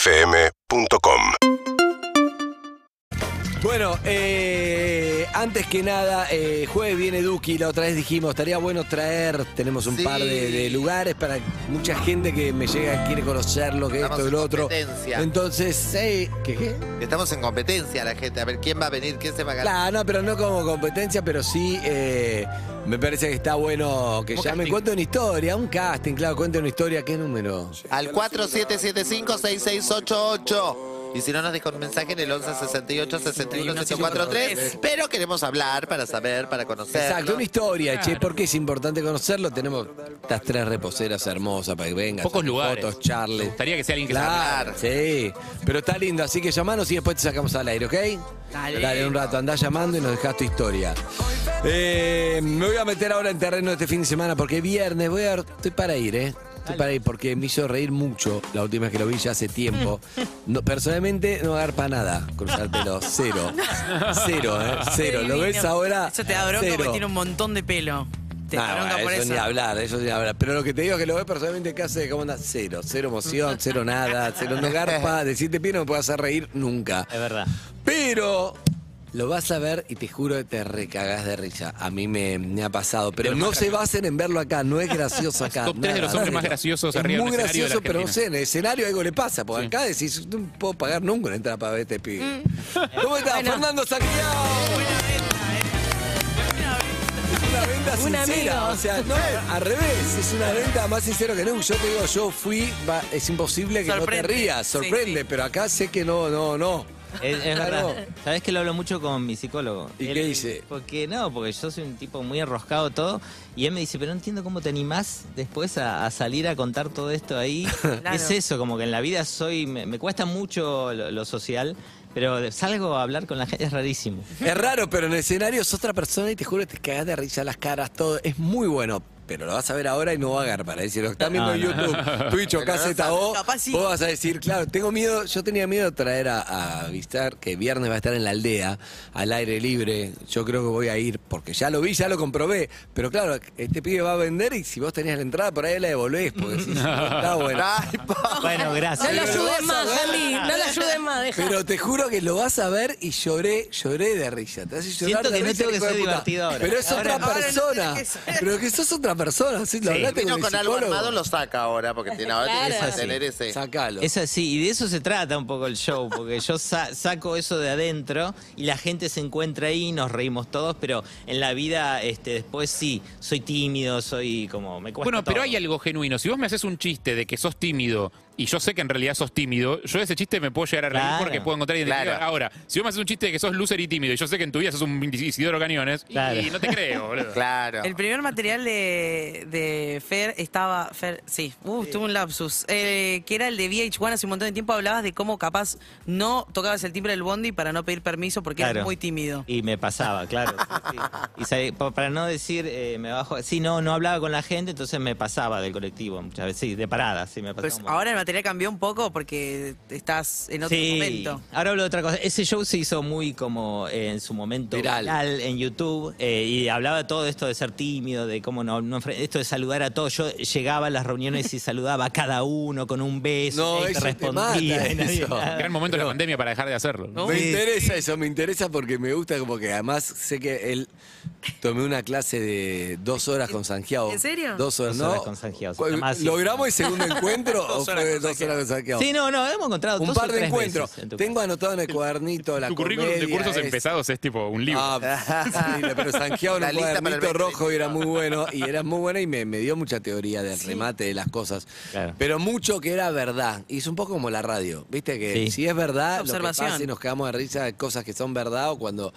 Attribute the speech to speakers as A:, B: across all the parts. A: UrbanaPlayFM.com
B: Bueno, eh, antes que nada, eh, jueves viene Duki, la otra vez dijimos, estaría bueno traer, tenemos un
C: Sí.
B: par de, de lugares para mucha gente que me llega, quiere conocerlo, que
C: Estamos
B: esto,
C: en
B: el otro.
C: competencia.
B: Entonces, eh, ¿qué? qué?
C: Estamos en competencia la gente. A ver quién va a venir, quién se va a ganar.
B: Claro, no, pero no como competencia, pero sí eh, me parece que está bueno que
C: Un
B: llamen.
C: casting.
B: Cuenten una historia, un casting, claro, cuenten una historia, ¿qué número?
C: Al 4775-6688. Y si no, nos deja un mensaje en el 1168-61-743. Pero queremos hablar para saber, para conocer.
B: Exacto, una historia, che, porque es importante conocerlo. Tenemos estas tres reposeras hermosas para que vengan.
D: Pocos
B: saquen
D: lugares.
B: Fotos, charles.
D: Me gustaría que sea alguien que
B: claro, Sí, pero está lindo, así que llamanos y después te sacamos al aire, ¿ok?
D: Dale.
B: Dale un rato, andá llamando y nos dejás tu historia. Eh, me voy a meter ahora en terreno este fin de semana porque es viernes voy a. Estoy para ir, ¿eh? Estoy para ir porque me hizo reír mucho la última vez que lo vi ya hace tiempo. No, personalmente no agarpa nada cruzar pelo. Cero. Cero, ¿eh? Cero. ¿Lo
E: Divino.
B: ves ahora?
E: Eso te da bronca
B: Cero.
E: porque tiene un montón de pelo. Te
B: Ah,
E: da bronca
B: bueno,
E: por
B: eso
E: eso.
B: ni hablar, eso ni hablar. Pero lo que te digo es que lo ves personalmente que hace como anda cero, cero emoción, cero nada, cero no garpa, decirte pie no me puede hacer reír nunca.
D: Es verdad.
B: Pero lo vas a ver y te juro que te recagás de risa. A mí me, me ha pasado. Pero, no se basen en verlo acá, no es gracioso acá.
D: top tres de
B: nada,
D: los hombres
B: nada.
D: más graciosos
B: es
D: arriba
B: Muy
D: del escenario de la
B: gracioso, pero no sé,
D: Argentina.
B: en el escenario algo le pasa. Porque
D: Sí.
B: acá decís, no puedo pagar nunca una entrada para ver este pibe.
E: Mm.
B: ¿Cómo estás, Fernando Sanguiao? Es una venta
E: Un
B: sincera,
E: amigo.
B: o sea, no, al revés, es una venta más sincera que nunca. Yo te digo, yo fui, va, es imposible que no
E: Sorprende.
B: te rías,
E: Sí,
B: sorprende,
E: sí.
B: pero acá sé que no, no, no.
F: Es, es
B: Claro.
F: verdad. Sabes que lo hablo mucho con mi psicólogo.
B: ¿Y qué dice?
F: Porque no, porque yo soy un tipo muy enroscado todo. Y él me dice, pero no entiendo cómo te animás después a, a salir a contar todo esto ahí.
E: Claro.
F: Es eso, como que en la vida soy, me, me cuesta mucho lo, lo social, pero de- salgo a hablar con la gente, es rarísimo.
B: Es raro, pero en el escenario es otra persona y te juro que te cagás de risa las caras, todo. Es muy bueno. Pero lo vas a ver ahora y no va a agarrar ¿eh? para decirlo. Estás viendo
F: No,
B: en
F: no.
B: YouTube, Twitch o
C: Pero no
B: KZO.
E: sabes, capaz sí.
B: Vos vas a decir, claro, tengo miedo. Yo tenía miedo de traer a, a Vistar, que viernes va a estar en la aldea, al aire libre. Yo creo que voy a ir, porque ya lo vi, ya lo comprobé. Pero claro, este pibe va a vender y si vos tenías la entrada, por ahí la devolvés. Porque decís, no, está bueno.
F: Ah,
C: Ay, po-
F: Bueno, gracias.
G: No lo ayudes más,
B: Pero-
G: Andy. No lo ayudes más, deja.
B: Pero te juro que lo vas a ver y lloré, lloré de risa. Te hace llorar
F: Siento
B: de
F: que no
B: risa,
F: tengo que
B: hijo de
F: ser
B: puta.
F: divertido ahora.
B: Pero es
F: Ahora-
B: otra
E: ahora no
B: persona.
E: tenés que ser.
B: pero que sos otra persona. Sí, lo
F: Sí.
B: hablaste
C: Vino
B: con,
C: con
B: el
C: algo
B: psicólogo.
C: armado, lo saca ahora, porque tiene, ahora tiene que
G: Claro.
C: tener ese.
B: Sacalo.
F: Es así, y de eso se trata un poco el show, porque yo sa- saco eso de adentro y la gente se encuentra ahí, nos reímos todos, pero en la vida este, después sí, soy tímido, soy como, me cuesta
D: Bueno, pero
F: todo.
D: hay algo genuino. Si vos me haces un chiste de que sos tímido y yo sé que en realidad sos tímido, yo de ese chiste me puedo llegar a reír
F: Claro.
D: porque puedo encontrar identidad.
C: Claro.
D: Ahora, si vos me haces un chiste de que sos loser y tímido y yo sé que en tu vida sos un Isidoro Cañones,
F: Claro.
D: y no te creo, boludo.
C: Claro.
E: El primer material de, de Fer estaba. Fer, sí, uh, tuve un lapsus. Eh, que era el de VH1 hace un montón de tiempo. Hablabas de cómo capaz no tocabas el timbre del bondi para no pedir permiso porque
F: Claro.
E: eras muy tímido.
F: Y me pasaba, claro. sí, sí. Y sabe- pa- para no decir, eh, me bajo, sí, no, no hablaba con la gente, entonces me pasaba del colectivo muchas veces, sí, de parada, sí, me pasaba.
E: Pues
F: un montón.
E: ahora el material cambió un poco porque estás en otro
F: sí.
E: momento.
F: Ahora hablo de otra cosa. Ese show se hizo muy como eh, en su momento
B: Viral.
F: en YouTube eh, y hablaba todo esto de ser tímido, de cómo no, no enfre- esto de saludar a todos. Yo llegaba a las reuniones y saludaba a cada uno con un beso.
B: No,
F: nadie
B: eso te mata,
F: y nadie-
B: eso.
F: nada.
D: Gran momento de la pandemia para dejar de hacerlo.
B: Me interesa eso, me interesa porque me gusta como que además sé que él tomé una clase de dos horas con Santiago.
E: ¿En serio?
B: Dos horas,
F: Dos
B: ¿no?
F: horas con Sanjiao, se llama así.
B: ¿Logramos el segundo encuentro o
E: Dos horas
B: fue
E: con
B: dos horas con Santiago?
F: Sí, no, no, hemos encontrado
B: Un
F: dos o
B: par de
F: tres
B: encuentros.
F: veces en tu
B: Tengo anotado en el cuadernito la
D: Tu currículum de
B: comedia,
D: cursos
B: esto.
D: empezados es tipo un libro.
B: Ah, sí, pero Sanjeado en
C: La
B: un
C: lista para el
B: cuadernito
C: 20,
B: rojo era muy bueno y era muy bueno y me, me dio mucha teoría del remate de las cosas.
F: Claro.
B: Pero mucho que era verdad. Y es un poco como la radio. Viste que
F: Sí.
B: si es verdad, lo que
E: Observación.
B: pasa y nos quedamos de risa de cosas que son verdad o cuando.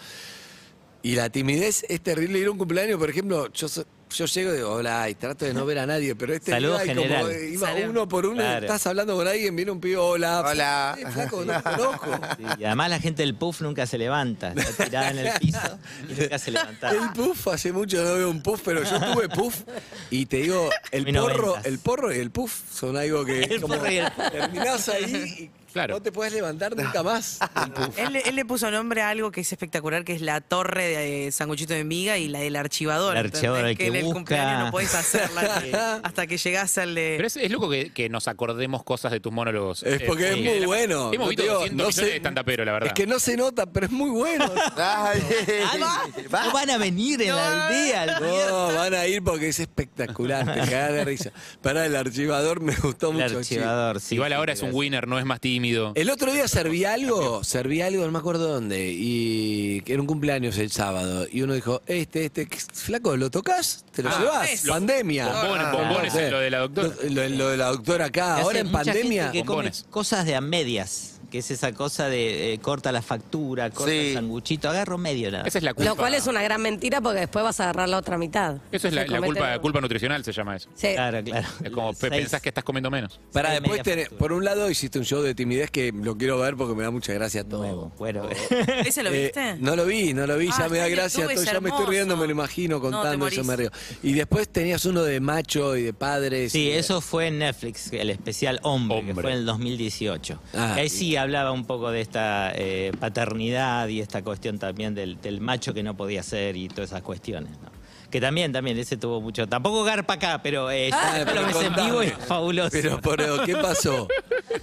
B: Y la timidez es terrible. Ir a un cumpleaños, por ejemplo, yo so- Yo llego y digo, hola, y trato de no ver a nadie, pero este
F: Saludo
B: iba y
F: general.
B: como iba
E: Saludo.
B: uno por uno,
F: Claro.
B: estás hablando con alguien, viene un pibe, hola.
C: Hola.
B: Eh, flaco, no te conozco.
F: Sí, y además la gente del puff nunca se levanta. Está tirada en el piso y nunca se
B: El
F: levantaba.
B: puff, hace mucho no veo un puff, pero yo tuve puff y te digo, el
F: Muy
B: porro,
F: noventas.
B: el porro y el puff son algo que
F: El
B: como
F: porro y el puff.
B: terminás ahí y
D: Claro.
B: No te puedes levantar nunca más. El puf.
E: Él, le- él le puso nombre a algo que es espectacular, que es la torre de eh, sanguchito de miga y la del archivador.
F: El archivador,
E: ¿entendés?
F: el que
E: en el
F: busca.
E: cumpleaños no podés hacerla que- hasta que llegás al de...
D: Pero es, es loco que, que nos acordemos cosas de tus monólogos. Eh,
B: Es porque es muy
D: la-
B: bueno.
D: Hemos
B: No
D: visto
B: te digo,
D: 200
B: no
D: millones
B: sé-
D: de stand-upero, la verdad.
B: Es que no se nota, pero es muy bueno.
C: Ay,
B: Ah,
F: Ay,
C: va.
F: no van a venir en la aldea. al viernes.
B: No, van a ir porque es espectacular, te cagás de risa. Pará, el archivador me gustó
F: El
B: mucho.
F: archivador, sí.
D: Igual
F: sí,
D: ahora es un
F: gracias.
D: winner, no es más tímido.
B: sí. El otro día serví algo, serví algo, no me acuerdo dónde, y era un cumpleaños el sábado, y uno dijo, este, este, ¿qué- flaco, ¿lo tocas? ¿Te lo
D: Ah,
B: llevas?
D: eso.
B: Pandemia.
D: Bombones,
B: Ah,
D: bombones,
B: no sé.
D: lo de la doctora.
B: Lo, lo de la doctora acá,
F: Hace
B: ahora en
F: mucha
B: pandemia.
F: gente que come
D: Bombones.
F: cosas de a medias, que es esa cosa de eh, corta la factura, corta
C: Sí.
F: el sanguchito, agarro medio nada.
D: Esa es la culpa.
G: Lo cual es una gran mentira porque después vas a agarrar la otra mitad.
D: Eso es la,
G: Se
D: la
G: comete
D: culpa,
G: error.
D: culpa nutricional, se llama eso.
B: Eh,
G: Sí.
F: Claro, claro.
D: Es como pe-
F: Seis-
D: pensás que estás comiendo menos.
B: Para
F: seis
B: después
F: medias
B: tenés,
F: facturas.
B: por un lado hiciste un show de timidez que lo quiero ver porque me da mucha gracia todo.
F: Nuevo, bueno.
D: Oh,
E: ¿Ese lo
B: Eh,
E: viste?
B: no lo vi, no lo vi,
E: Ah,
B: ya me
E: está
B: da
E: en
B: gracia,
E: YouTube,
B: estoy-
E: es
B: ya me estoy
E: hermoso.
B: riendo, me lo imagino
E: No, te
B: contando, yo
E: morís.
B: me río. Y después tenías uno de macho y de padres.
F: Sí,
B: y de-
F: eso fue en Netflix, el especial Hombre,
D: Hombre.
F: que fue en el 2018.
B: Ah,
F: Ahí
B: y-
F: sí hablaba un poco de esta eh, paternidad y esta cuestión también del, del macho que no podía ser y todas esas cuestiones, ¿no? Que también, también, ese tuvo mucho. Tampoco garpa acá, pero eh,
B: Ah,
F: yo
B: pero
F: lo ves en
B: contame.
F: vivo y es fabuloso.
B: Pero, pero, ¿qué pasó?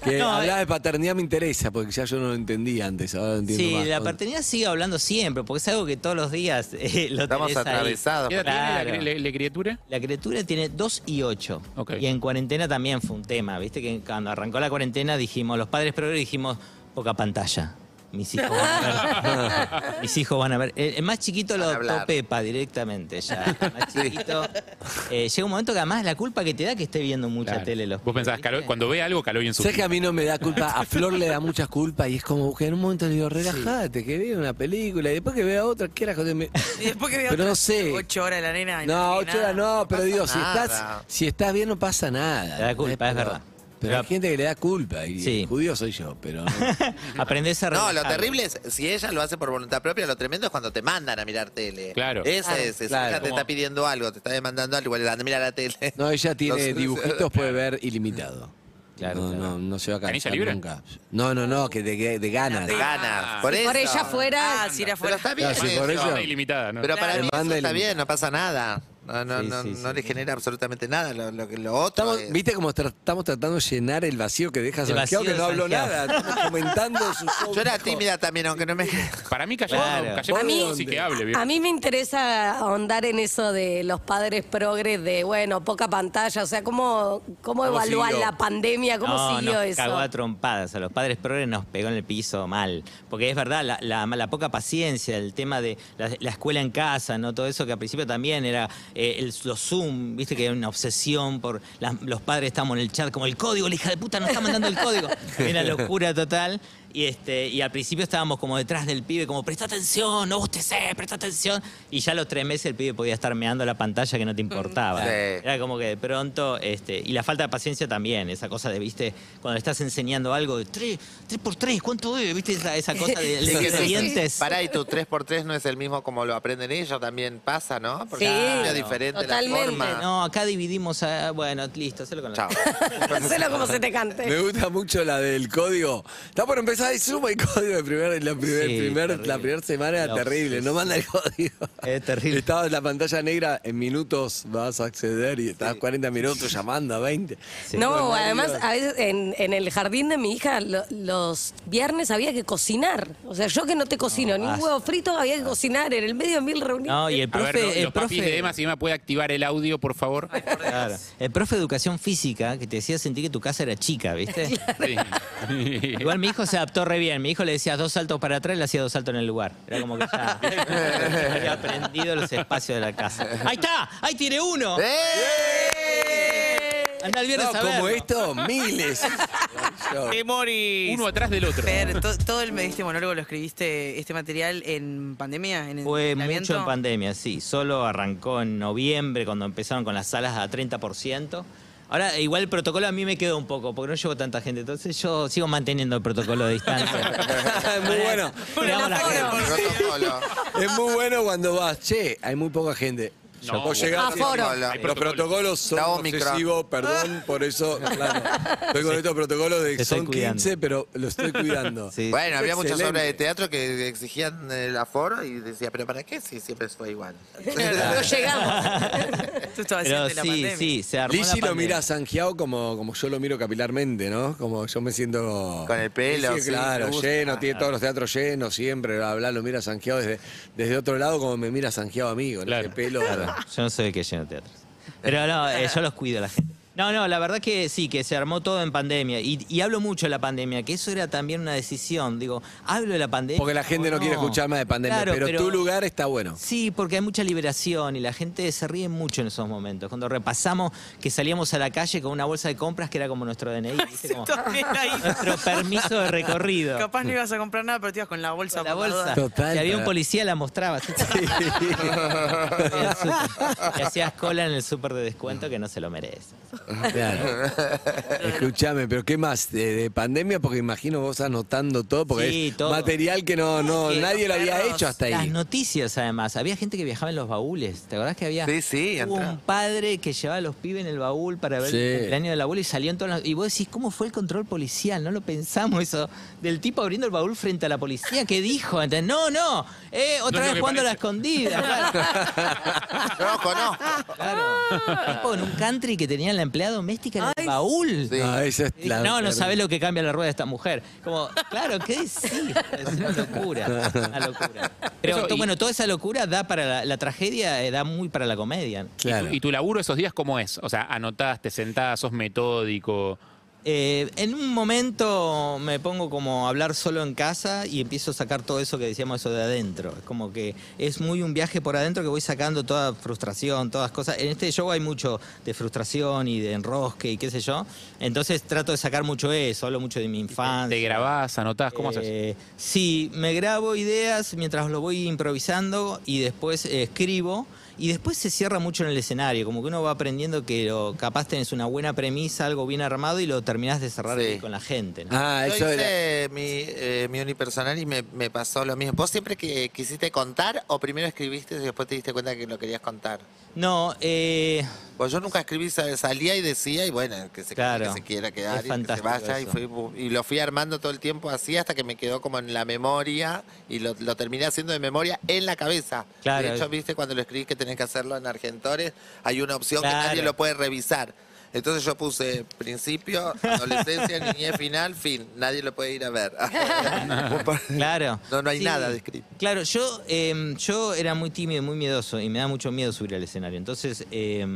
B: Que
F: No,
B: hablar de paternidad me interesa, porque ya yo no lo entendía antes, ahora lo entiendo
F: Sí,
B: más.
F: la paternidad sigue hablando siempre, porque es algo que todos los días eh, lo
C: Estamos
F: tenés ahí.
C: atravesados.
D: ¿Qué edad
F: Claro.
D: tiene la, cri- la- la criatura?
F: La criatura tiene 2 y 8.
D: Ok.
F: Y en cuarentena también fue un tema, ¿viste? Que cuando arrancó la cuarentena dijimos, los padres progres dijimos, poca pantalla. Mis hijos van a ver. Mis hijos van a ver. El, el más chiquito lo
C: Van a
F: adoptó
C: hablar.
F: Pepa directamente ya. El más chiquito. Eh, llega un momento que además la culpa que te da que esté viendo mucha
D: Claro.
F: tele los
D: Vos pensás, Calo- cuando ve algo, Caloy en su.
B: ¿Sabes que a mí no me da culpa? A Flor le da muchas culpas y es como que en un momento le digo, relájate, que vea una película y después que vea otra, ¿qué era? joder? Me-
E: Y después que veo
B: Pero no
E: otras
B: sé.
E: ocho horas la nena. y
B: No,
E: tiene
B: ocho
E: nada.
B: horas no, pero digo, si
C: nada.
B: estás, si estás bien no pasa nada.
F: Te da culpa,
B: Pero-
F: es verdad.
B: Pero hay gente que le da culpa y
F: Sí.
B: judío soy yo, pero...
F: Aprendes a
C: No, lo
F: relajar.
C: terrible es, si ella lo hace por voluntad propia, lo tremendo es cuando te mandan a mirar tele.
D: Claro.
C: Ese es, es,
B: claro.
C: ella te
D: Como-
C: está pidiendo algo, te está demandando algo, igual anda, mira la tele.
B: No, ella tiene
C: Los-
B: dibujitos, puede ver ilimitado.
F: Claro,
B: no,
F: claro.
B: No, no se va a
D: ¿Canilla
B: cansar
D: libre?
B: nunca. No, no, no, que de, de ganas.
C: Te ganas. Por, eso.
G: Por ella fuera.
E: Ah, si era
C: Pero
E: fuera.
C: está bien.
B: Ah, sí,
C: eso.
B: por eso.
D: Banda ilimitada, ¿no?
C: Pero para
E: Claro.
C: mí
B: Manda
C: eso
B: el-
C: está bien, no pasa nada. No, no,
F: Sí,
C: no,
F: sí,
C: no
F: sí.
C: le genera absolutamente nada. Lo, lo, lo otro
B: Estamos-
C: es-
B: ¿Viste cómo tra- estamos tratando de llenar el vacío que deja
F: El
B: Santiago,
F: vacío
B: que
F: de
B: no habló
F: Santiago.
B: nada? Estamos comentando su show,
C: Yo era
B: hijo.
C: tímida también, aunque no me...
D: Para mí, cayó
F: Claro.
D: cayó
G: A mí-
D: sí que hable. viejo.
G: A mí me interesa ahondar en eso de los padres progres, de bueno, poca pantalla, o sea, cómo, cómo,
B: ¿Cómo
G: evalúan
B: siguió?
G: la pandemia, cómo
F: no,
G: siguió
F: nos
G: eso.
F: cagó a trompadas. A los padres progres nos pegó en el piso mal. Porque es verdad, la, la- la poca paciencia, el tema de la, la escuela en casa, ¿no? Todo eso que al principio también era eh, el, los Zoom, viste que era una obsesión por las- los padres estamos en el chat, como el código, la hija de puta no está mandando el código. Era locura total. Y, este, y al principio estábamos como detrás del pibe, como presta atención, no sé, presta atención. Y ya a los tres meses el pibe podía estar meando la pantalla que no te importaba.
C: Sí.
F: Era como que de pronto, este, y la falta de paciencia también, esa cosa de, viste, cuando estás enseñando algo, de tres, tres por tres, ¿cuánto es? ¿Viste esa, esa cosa de,
C: Sí,
F: de
C: que sí, sí.
F: ingredientes?
C: Pará, y tu 3x3 no es el mismo como lo aprenden ellos, también pasa, ¿no? Porque
G: Sí,
C: es diferente
G: totalmente.
C: la forma.
F: Eh, No, acá dividimos, a, bueno, listo, hazlo con la...
C: Chao.
G: Hacelo como se te
B: Me
G: cante.
B: gusta mucho la del código. Está por empezar y suma el código de primer, la, primer,
F: Sí,
B: primer-
F: terrible.
B: la primera semana era
F: La
B: terrible. No
F: obsesión.
B: manda el código.
F: Es terrible.
B: Estaba en la pantalla negra, en minutos vas a acceder y estás 40 minutos llamando a 20.
G: No, además, a veces en, en el jardín de mi hija, lo- los viernes había que cocinar. O sea, yo que no te cocino ni un
F: basta.
G: huevo frito, había que cocinar en el medio de mil reuniones.
F: No, y el
D: A
F: profe...
D: ver, lo-
F: el
D: los papis
F: profe-
D: de Emma, si Emma puede activar el audio, por favor.
F: Claro. El profe de educación física que te decía sentir que tu casa era chica, ¿viste?
D: Sí.
F: Igual mi hijo se adaptó re bien. Mi hijo le decía dos saltos para atrás y le hacía dos saltos en el lugar. Era como que ya había aprendido los espacios de la casa. ¡Ahí está! ¡Ahí tiene uno!
C: ¡Eh!
F: Anda el viernes
B: No,
F: a
B: como este.
F: verlo.
B: esto, miles. Yo-
E: Te morís.
D: Uno atrás del otro.
E: Fer, to- todo el este monólogo lo escribiste, este material, en pandemia, en
F: Fue
E: aislamiento?
F: mucho en pandemia, sí. Solo arrancó en noviembre cuando empezaron con las salas a 30%. Ahora, igual el protocolo a mí me quedó un poco, porque no llevo tanta gente. Entonces yo sigo manteniendo el protocolo de distancia.
B: Muy bueno.
F: Miramos la
E: Pero
F: gente.
E: no
C: Protocolo.
B: Es muy bueno cuando vas, che, hay muy poca gente.
D: No,
B: Vos
C: Ah,
B: llegás y-
G: Aforo.
D: Hay
B: Los
D: protocolos.
B: protocolos son
C: La Omicron.
B: obsesivos, perdón, por eso, claro. Estoy con estos protocolos de
F: Te
B: que
F: estoy
B: son
F: cuidando.
B: 15, pero lo estoy cuidando.
F: Sí.
C: Bueno, había muchas
B: Excelente.
C: obras de teatro que exigían el aforo y decía, pero ¿para qué? Si siempre fue igual.
G: No llegamos.
E: Tú estabas
F: Pero
E: antes de la
F: sí,
E: pandemia.
F: sí, se armó la
B: Lizzy lo
F: pandemia.
B: mira a Sanjiao como, como yo lo miro capilarmente, ¿no? Como yo me siento.
C: Con el pelo,
B: Sí,
C: sí,
B: claro,
C: me gusta.
B: lleno, tiene todos los teatros llenos siempre, bla, bla, lo mira a Sanjiao desde, desde otro lado, como me mira Sanjiao a mí, con
D: Claro.
B: ese pelo.
F: Yo no sé qué lleno de teatros. Pero no, eh, yo los cuido a la gente. No, no, la verdad que sí, que se armó todo en pandemia. Y, y hablo mucho de la pandemia, que eso era también una decisión. Digo, hablo de la pandemia.
B: Porque la gente
F: o
B: no, quiere escuchar más de pandemia,
F: Oh. Claro,
B: pero, tu lugar está bueno.
F: Sí, porque hay mucha liberación y la gente se ríe mucho en esos momentos. Cuando repasamos que salíamos a la calle con una bolsa de compras que era como nuestro DNI, ¿viste? Como
E: También ahí.
F: nuestro permiso de recorrido.
E: Capaz no ibas a comprar nada, pero te ibas con la bolsa.
F: Con la
E: por
F: bolsa.
E: duda.
B: Total.
F: Si había un policía, la mostrabas. Y hacías cola en el súper de descuento que no se lo merece.
B: Claro. Escúchame, pero ¿qué más? De, de pandemia, porque imagino vos anotando todo, porque
F: Sí,
B: es
F: todo.
B: material que no, no,
E: Sí,
B: nadie lo
E: los
B: había
E: perros.
B: hecho hasta
F: Las
B: ahí.
F: noticias, además. Había gente que viajaba en los baúles. ¿Te acordás que había
C: Sí, sí,
F: hubo
C: entra.
F: un padre que llevaba a los pibes en el baúl para ver
B: Sí.
F: el cumpleaños del abuelo y salió en todas las- Y vos decís, ¿cómo fue el control policial? No lo pensamos eso. Del tipo abriendo el baúl frente a la policía. ¿Qué dijo? ¿Entendés? No, no. eh,
D: No
F: otra
D: es lo
F: vez
D: que
F: jugando a la
D: parece".
F: escondida. Claro.
C: No, conozco.
F: Claro. Tipo, en un country que tenía la empleada doméstica en el baúl.
C: Sí.
B: No, esa es
F: Y
B: la-
F: No, no sabés lo que cambia la rueda de esta mujer. Como, claro, ¿qué decís? Es una locura, una locura. Pero
D: Eso,
F: to-
D: y-
F: bueno, toda esa locura da para la, la tragedia, eh, da muy para la comedia.
B: Claro.
D: ¿Y tu laburo esos días cómo es? O sea, anotás, te sentás, sos metódico.
F: Eh, en un momento me pongo como a hablar solo en casa y empiezo a sacar todo eso que decíamos, eso de adentro. Es como que es muy un viaje por adentro que voy sacando toda frustración, todas cosas. En este show hay mucho de frustración y de enrosque y qué sé yo. Entonces trato de sacar mucho eso, hablo mucho de mi infancia.
D: ¿Te grabás, anotás? ¿Cómo haces?
F: Ah, Eh, Sí, me grabo ideas mientras lo voy improvisando y después eh, escribo. Y después se cierra mucho en el escenario, como que uno va aprendiendo que lo, capaz tenés una buena premisa, algo bien armado y lo terminás de cerrar
C: Sí.
F: ahí con la gente. ¿no?
B: Ah,
C: Yo
B: eso era.
C: hice mi, eh, mi unipersonal y me, me pasó lo mismo. ¿Vos siempre que quisiste contar o primero escribiste y después te diste cuenta que lo querías contar?
F: No, eh,
C: Pues yo nunca escribí, sa- salía y decía, y bueno, el que se, quede,
F: Claro.
C: que se quiera quedar,
F: Es
C: y el que se
F: fantástico
C: vaya, y,
F: eso.
C: fui bu- y lo fui armando todo el tiempo así hasta que me quedó como en la memoria, y lo, lo terminé haciendo de memoria en la cabeza.
F: Claro.
C: De hecho, viste, cuando lo escribís que tenés que hacerlo en Argentores, hay una opción
F: Claro.
C: que nadie lo puede revisar. Entonces yo puse principio, adolescencia, niñez, final, fin. Nadie lo puede ir a ver. Un par-
F: claro.
C: No, no hay
F: Sí.
C: nada descrito.
F: Claro, yo, eh, yo era muy tímido, muy miedoso y me da mucho miedo subir al escenario. Entonces, eh,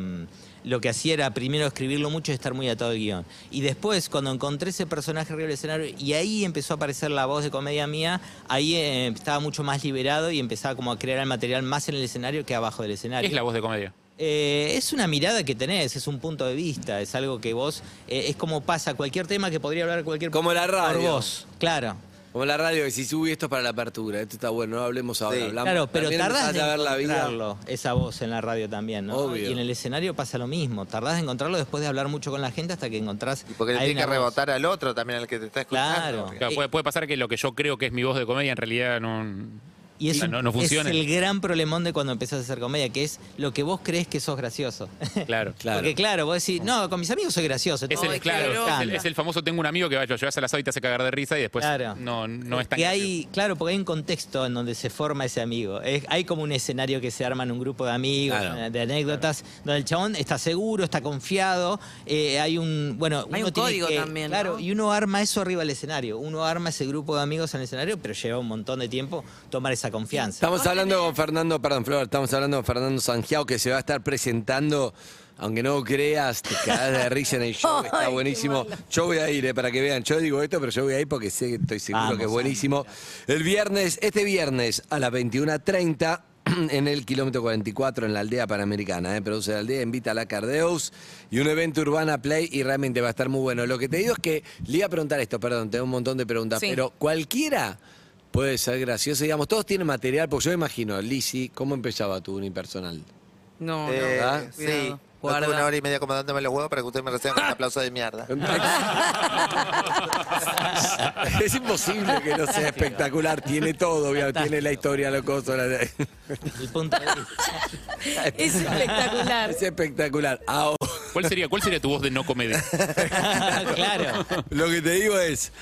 F: lo que hacía era primero escribirlo mucho y estar muy atado al guión. Y después, cuando encontré ese personaje arriba del escenario y ahí empezó a aparecer la voz de comedia mía, ahí eh, estaba mucho más liberado y empezaba como a crear el material más en el escenario que abajo del escenario.
D: Es la voz de comedia.
F: Eh, es una mirada que tenés, es un punto de vista, es algo que vos, eh, es como pasa cualquier tema que podría hablar cualquier
B: Como la
F: Por
B: radio.
F: vos, claro.
B: Como la radio, que si subí esto es para la apertura, esto está bueno, no hablemos ahora.
C: Sí.
B: hablamos.
F: Claro, pero
B: También
F: tardás
B: empezás
F: en
B: a ver la vida.
F: encontrarlo, esa voz en la radio también, ¿no?
B: Obvio.
F: Y en el escenario pasa lo mismo, tardás en encontrarlo después de hablar mucho con la gente hasta que encontrás...
C: Y porque le
F: hay
C: tiene que
F: una voz.
C: rebotar al otro también, al que te está escuchando.
F: Claro.
D: Claro, puede, puede pasar que lo que yo creo que es mi voz de comedia en realidad no...
F: Y es,
D: no,
F: un-
D: Ah, no, no
F: es
D: funciona.
F: el gran problemón de cuando empezás a hacer comedia, que es lo que vos crees que sos gracioso.
D: Claro.
B: Claro.
F: Porque claro, vos decís, no, con mis amigos soy gracioso.
D: Es
F: todo
D: el,
F: esto
D: claro, es el,
F: cambia.
D: es el famoso tengo un amigo que va, lo llevas a la sala y te hace cagar de risa y después
F: Claro.
D: no, no es tan
F: que
D: gracioso.
F: hay, claro, porque hay un contexto en donde se forma ese amigo. Es- hay como un escenario que se arma en un grupo de amigos,
B: Claro.
F: eh, de anécdotas, donde el chabón está seguro, está confiado. eh, hay un, bueno,
E: Hay
F: uno
E: un
F: tiene
E: código
F: que-
E: también,
F: Claro,
E: ¿no?
F: y uno arma eso arriba del escenario. Uno arma ese grupo de amigos en el escenario, pero lleva un montón de tiempo tomar esa confianza.
B: Estamos hablando con Fernando, perdón, Flor, estamos hablando con Fernando Sangiao que se va a estar presentando. Aunque no creas, te cagás de risa en el show, está buenísimo. Yo voy a ir, eh, para que vean, yo digo esto, pero yo voy a ir porque sé, que estoy seguro
F: Vamos,
B: que es buenísimo. El viernes, este viernes a las 21.30 en el kilómetro 44 en la aldea panamericana, eh, produce la aldea, invita a la Cardeus y un evento Urbana Play y realmente va a estar muy bueno. Lo que te digo es que, le iba a preguntar esto, perdón, tengo un montón de preguntas,
E: Sí.
B: pero cualquiera puede ser gracioso, digamos, todos tienen material, porque yo me imagino, Lisi, ¿cómo empezaba tu unipersonal?
E: No, no.
C: Eh,
B: ¿verdad?
C: sí.
E: Cuidado.
C: No
E: Guarda.
C: tuve una hora y media acomodándome los huevos para que ustedes me reciban con un aplauso de mierda.
B: Es imposible que no sea espectacular. Tiene todo, obviamente. Tiene la historia, la cosa. la-
F: El punto de vista.
G: Es espectacular.
B: Es espectacular. Ahora,
D: ¿Cuál sería, ¿Cuál sería tu voz de no comedia?
F: claro.
B: lo que te digo es.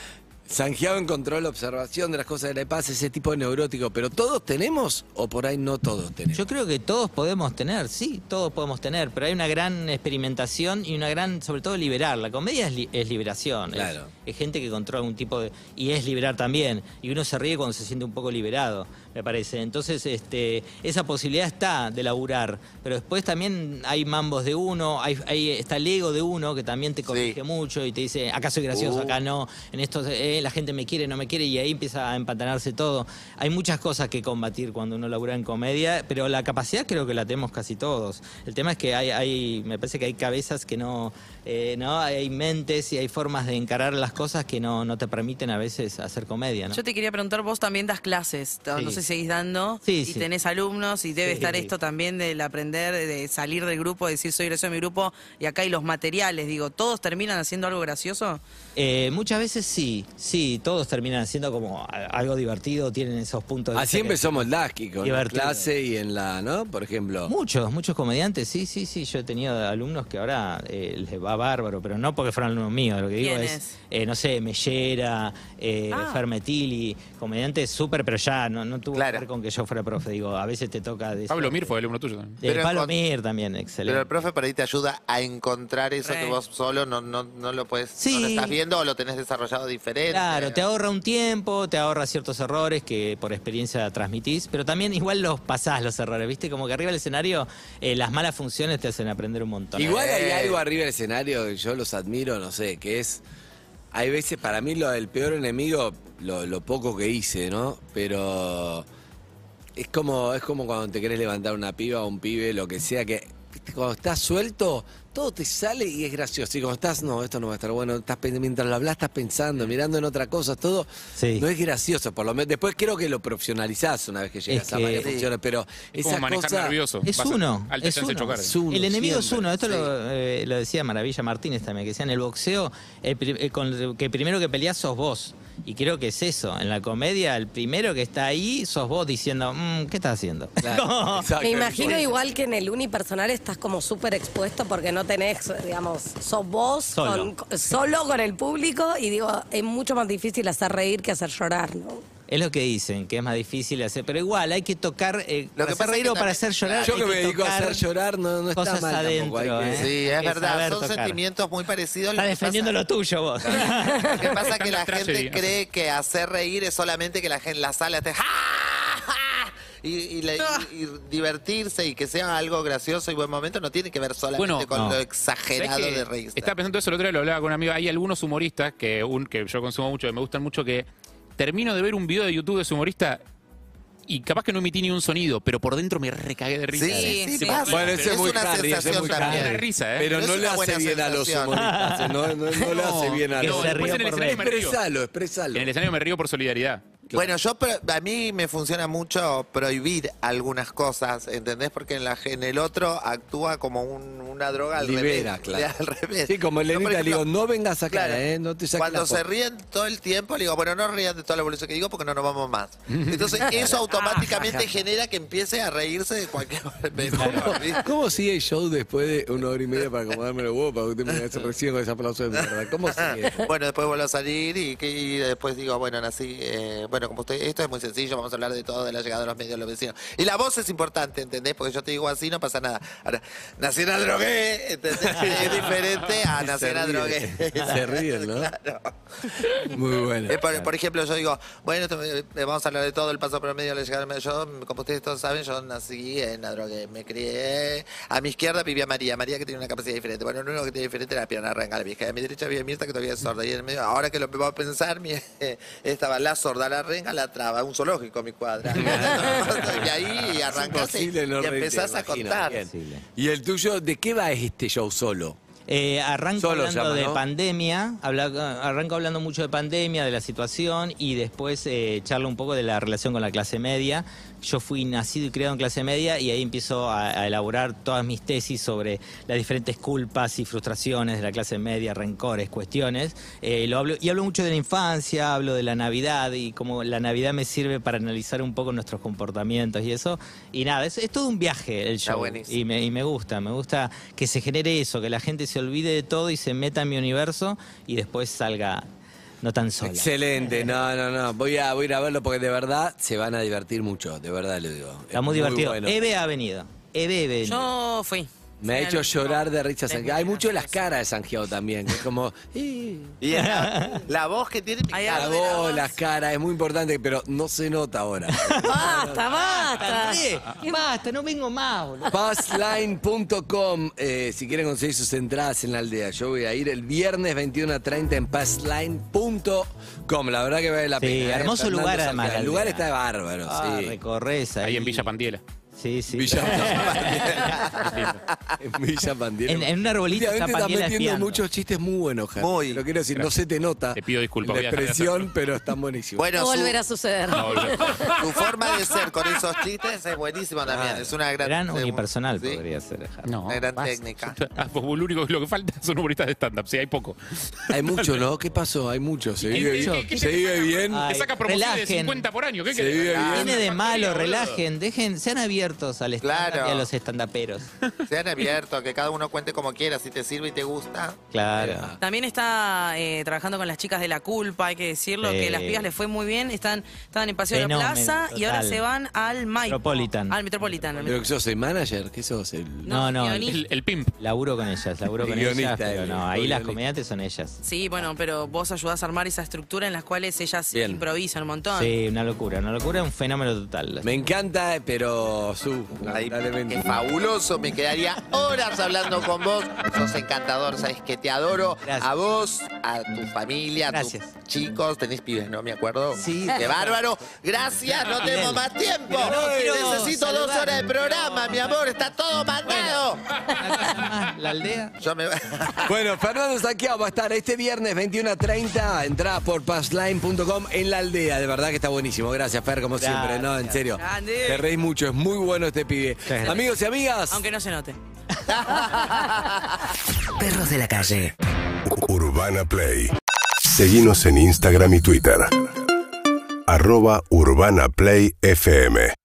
B: Sangiao encontró la observación de las cosas de la paz, ese tipo de neurótico, pero todos tenemos o por ahí no todos tenemos.
F: Yo creo que todos podemos tener, sí, todos podemos tener, pero hay una gran experimentación y una gran, sobre todo, liberar. La comedia es, li- es liberación. es-
B: Claro.
F: Es, gente que controla un tipo de. y es liberar también. Y uno se ríe cuando se siente un poco liberado, me parece. Entonces, este, esa posibilidad está de laburar. Pero después también hay mambos de uno, hay, hay- está el ego de uno que también te corrige mucho y te dice, acá soy gracioso,
C: Uh.
F: acá no, en esto eh, la gente me quiere, no me quiere, y ahí empieza a empatanarse todo. Hay muchas cosas que combatir cuando uno labura en comedia, pero la capacidad creo que la tenemos casi todos. El tema es que hay, hay me parece que hay cabezas que no, eh, no, hay mentes y hay formas de encarar las cosas que no, no te permiten a veces hacer comedia, ¿no?
E: Yo te quería preguntar, vos también das clases, no no
F: Sí.
E: sé si seguís dando,
F: Sí,
E: y
F: sí.
E: tenés alumnos, y debe
F: Sí.
E: estar esto también del aprender, de salir del grupo, de decir soy gracioso de mi grupo, y acá hay los materiales, digo, ¿todos terminan haciendo algo gracioso?
F: Eh, muchas veces sí, sí, todos terminan siendo como a- algo divertido, tienen esos puntos de
B: Así
F: vista que-
B: empezamos el Lasky con la
F: Divertido.
B: clase y en la, ¿no? Por ejemplo.
F: Muchos, muchos comediantes, sí, sí, sí. Yo he tenido alumnos que ahora eh, les va bárbaro, pero no porque fueron alumnos míos. Lo que digo
E: ¿Quiénes?
F: es, eh, no sé, Mellera, eh,
E: Ah.
F: Fermetili, comediantes súper, pero ya no, no tuvo
C: Claro.
F: que ver con que yo fuera profe. Digo, a veces te toca. De
D: Pablo Mir fue alumno tuyo también.
F: de
C: Pero
F: Pablo
C: con-
F: Mir también,
C: Pero el
F: excelente.
C: profe por ahí te ayuda a encontrar eso
E: Re.
C: que vos solo no, no, no lo puedes, no lo
F: Eh. Sí.
C: estás viendo o lo tenés desarrollado diferente.
F: Claro, te ahorra un tiempo, te ahorra ciertos errores que por experiencia transmitís, pero también igual los pasás los errores, ¿viste? Como que arriba del escenario eh, las malas funciones te hacen aprender un montón.
B: Igual hay algo arriba del escenario que yo los admiro, no sé, que es. Hay veces, para mí, lo, el peor enemigo, lo, lo poco que hice, ¿no? Pero. Es como, es como cuando te querés levantar una piba o un pibe, lo que sea, que viste, cuando estás suelto, todo te sale y es gracioso. Y cuando estás, no, esto no va a estar bueno. Estás, pen- mientras lo hablas, estás pensando, mirando en otra cosa, todo
F: Sí.
B: no es gracioso. Por lo menos después creo que lo profesionalizás una vez que llegas
F: Es
B: a
F: que-
B: varias
F: Sí.
B: funciones, pero
D: Es
B: esa
D: como manejar
B: cosa-
D: nervioso.
F: Es
D: Vas a-
F: uno.
D: Alta
F: es
D: chance de
F: uno.
D: chocar.
B: Es uno,
F: el enemigo es
B: siempre.
F: uno. Esto lo, eh, lo decía Maravilla Martínez también, que decía en el boxeo, el pri- eh, con el que primero que peleas sos vos. Y creo que es eso. En la comedia, el primero que está ahí sos vos diciendo, "Mm, ¿qué estás haciendo?
B: Claro,
F: Como-
B: exacto.
G: Me imagino igual que en el unipersonal estás como súper expuesto porque no tenés, digamos, sos vos
F: Solo.
G: Con, solo con el público y digo, es mucho más difícil hacer reír que hacer llorar, ¿no?
F: Es lo que dicen, que es más difícil hacer. Pero igual, hay que tocar.
C: Lo
F: eh, para
C: que
F: hacer
C: pasa es
F: reír
C: que
F: o para
C: también-
F: hacer llorar.
B: Yo que
F: hay
B: me dedico a
F: tocar
B: hacer llorar, no, no está
F: cosas
B: mal tampoco, hay
F: adentro,
B: que-
F: ¿eh?
C: Sí, es
F: Hay que
C: verdad,
F: saber
C: son
F: tocar.
C: sentimientos muy parecidos.
F: Estás
C: lo que
F: defendiendo
C: pasa-
F: lo tuyo vos.
C: Lo que pasa es que
D: Están
C: la
D: las
C: gente
D: tragedias.
C: cree que hacer reír es solamente que la gente la sala esté ¡Ja! ¡Ja! y, y la-
F: Ah.
C: y- y divertirse y que sea algo gracioso y buen momento no tiene que ver solamente
D: Bueno,
C: con
F: no.
C: lo
D: ¿Sabés
C: exagerado
D: que
C: de reír.
D: Estaba pensando eso el otro día, lo hablaba con un amigo. Hay algunos humoristas que, un, que yo consumo mucho, que me gustan mucho, que termino de ver un video de YouTube de su humorista y capaz que no emití ni un sonido, pero por dentro me recagué de risa.
C: Sí, sí,
E: Sí,
C: pasa.
B: Bueno, ese
C: Pero
B: es muy
C: una
B: Harry, ese es
C: sensación
B: muy
D: Me da
B: Harry.
C: también.
D: risa, ¿eh?
B: Pero
C: No
B: no,
C: es
B: le
C: una
B: hace
C: buena
B: bien a los
C: sensación.
B: humoristas. ¿eh? No, no, no le hace bien a
F: que
B: los
F: se
D: después
F: ríe
D: en el
F: por
D: escenario me río.
B: Expresalo, expresalo.
D: En el escenario me río por solidaridad.
C: Bueno, yo pro- a mí me funciona mucho prohibir algunas cosas, ¿entendés? Porque en, la, en el otro actúa como un- una droga al
B: Libera,
C: revés.
B: claro.
C: Al revés.
B: Sí, como
C: Yo,
B: Lenita
C: por
B: le digo,
C: ejemplo,
B: no vengas acá,
C: Claro.
B: ¿eh? No te saques
C: Cuando
B: la
C: se
B: foto.
C: ríen todo el tiempo, le digo, bueno, no rían de toda la boludez que digo porque no nos vamos más. Entonces, eso automáticamente genera que empiece a reírse de cualquier mejor, ¿viste?
B: ¿Cómo sigue el show después de una hora y media para acomodarme los huevos para que usted me haga- reciba con ese aplauso de mierda? ¿Cómo sigue?
C: Bueno, después vuelvo a salir y, que- y después digo, bueno, nací, eh, bueno, como usted, esto es muy sencillo, vamos a hablar de todo, de la llegada de los medios, de los vecinos. Y la voz es importante, ¿entendés? Porque yo te digo así, no pasa nada. Ahora, nací en la drogué, ¿entendés? Es diferente a nacer a
B: ríen.
C: drogué.
B: Se ríen, ¿no? Muy bueno.
C: Eh, por, por ejemplo, yo digo, bueno, esto, eh, vamos a hablar de todo el paso promedio, la llegada del medio. Yo, como ustedes todos saben, yo nací en la droga, me crié. A mi izquierda vivía María, María que tenía una capacidad diferente. Bueno, lo único que tenía diferente era la pierna arranca, la vieja. Y A mi derecha vivía Mirta, que todavía es sorda. Y en el medio, ahora que lo puedo pensar, mi- eh, estaba la sorda, la renga, la traba, un zoológico mi cuadra. y ahí arrancaste y,
B: Imposible no
C: y empezás
B: reírte,
C: a
B: imagino.
C: contar.
B: Bien. ¿Y el tuyo, de qué va este show solo?
F: Eh, arranco
B: Solo
F: hablando
B: llama,
F: de
B: ¿no?
F: pandemia, habla- ah, arranco hablando mucho de pandemia, de la situación y después eh, charlo un poco de la relación con la clase media. Yo fui nacido y criado en clase media y ahí empiezo a, a elaborar todas mis tesis sobre las diferentes culpas y frustraciones de la clase media, rencores, cuestiones. Eh, lo hablo, y hablo mucho de la infancia, hablo de la Navidad y cómo la Navidad me sirve para analizar un poco nuestros comportamientos y eso. Y nada, es, es todo un viaje el
C: Está
F: show.
C: buenísimo.
F: Y me, y me gusta, me gusta que se genere eso, que la gente se olvide de todo y se meta en mi universo y después salga no tan sola.
B: Excelente, no, no, no. Voy a, voy a ir a verlo porque de verdad se van a divertir mucho, de verdad lo digo. Es
F: Está muy divertido.
B: bueno.
F: Eve ha venido. Eve ha venido.
E: Yo fui.
B: Me ha
E: Fui
B: hecho
E: al último.
B: llorar de Richard
E: Es muy
B: Santiago. Hay mucho de las
E: gracioso.
B: caras de Santiago también, que es como... "Ih".
C: Y es la, la voz que tiene me
E: Hay
C: encanta.
B: La
E: algo de la
B: voz,
E: voz.
B: las caras, es muy importante, pero no se nota ahora.
G: Basta, basta.
F: André, Basta, no vengo más, boludo.
B: Passline.com, eh, si quieren conseguir sus entradas en la aldea. Yo voy a ir el viernes 21 a 30 en Passline.com. La verdad que vale la
F: Sí,
B: pena. ¿eh?
F: hermoso
B: Fernando
F: lugar,
B: Santiago.
F: además, la
B: El lugar
F: aldea.
B: está bárbaro,
F: Ah,
B: sí.
F: recorres ahí.
D: Ahí en Villa Pandiela.
F: Sí, sí.
B: Villa En Villa Pandiela.
F: En- en un arbolito está
B: Últimamente
F: Pandiela
B: estás metiendo
F: espiando.
B: muchos chistes muy buenos, Javi.
C: Muy.
B: Lo quiero decir, no se te nota.
D: Te pido disculpas,
B: La
D: voy a dejar de
B: expresión, pero están buenísimos.
C: Bueno,
G: No
C: su-
G: volverá a suceder.
D: No, boludo.
C: Tu forma de ser con esos chistes es buenísima también. Es una gran,
F: Gran
C: eh,
F: unipersonal
C: sí,
F: podría ser. Javi.
D: No,
C: Una gran
D: basta.
C: técnica.
D: Ah, pues, lo único lo que falta son humoristas de stand-up. Sí, hay poco.
B: Hay mucho, ¿no? ¿Qué pasó? Hay mucho. Se vive,
D: ¿Qué-
B: bien-
D: qué- qué
B: se
D: te
B: vive
D: saca-
B: bien.
F: Ah,
D: Te
F: Ay,
D: saca promociones
F: relajen.
D: de 50 por año. ¿Qué
B: Se
D: querés?
B: vive bien.
F: Tiene de malo,
D: Boludo.
F: relajen, dejen, sean abiertos al stand
C: Claro.
F: y a los estandaperos.
C: Sean abiertos, que cada uno cuente como quiera, si te sirve y te gusta.
F: Claro.
E: También está eh, trabajando con las chicas de la culpa, hay que decirlo,
F: Sí.
E: que las pibas les fue muy bien, están, estaban en Paseo de la
F: Fenómeno,
E: Plaza y ahora
F: total.
E: se van al Maipo.
F: Metropolitan.
E: Al Metropolitan. al
B: ¿Pero que sos el manager? ¿Qué sos? El...
F: No, no,
E: guionista.
D: El, el pimp.
F: Laburo con ellas, laburo con
B: Guionista,
F: ellas, pero
B: el-
F: no, ahí las
B: guionista.
F: comediantes son ellas.
E: Sí, bueno, pero vos ayudás a armar esa estructura en las cuales ellas
B: Bien.
E: improvisan un montón.
F: Sí, una locura, una locura, un fenómeno total.
B: Me encanta, eh, pero su,
C: Ay,
B: lamentablemente.
C: qué fabuloso, me quedaría horas hablando con vos. Sos encantador, sabes que te adoro.
F: Gracias.
C: A vos, a tu familia, a tus
F: Gracias.
C: chicos. Tenés pibes, ¿no? Me acuerdo.
F: Sí.
C: Qué bárbaro. Gracias, no tenemos más tiempo.
F: Pero no, quiero
C: Necesito dos
F: saludar.
C: horas de programa, mi amor. Está todo mandado.
F: Ah, La aldea.
C: Yo me
B: Bueno, Fernando Saqueado va a estar este viernes 21 a 30. Entrá por passline.com en la aldea. De verdad que está buenísimo. Gracias, Fer, como
F: Gracias.
B: siempre. No, en serio.
E: Grande.
B: Te reís mucho. Es muy bueno este pibe.
F: gracias.
B: Amigos y amigas.
E: Aunque no se note.
H: Perros de la calle.
A: Urbana Play. Seguimos en Instagram y Twitter. Arroba Urbana Play FM.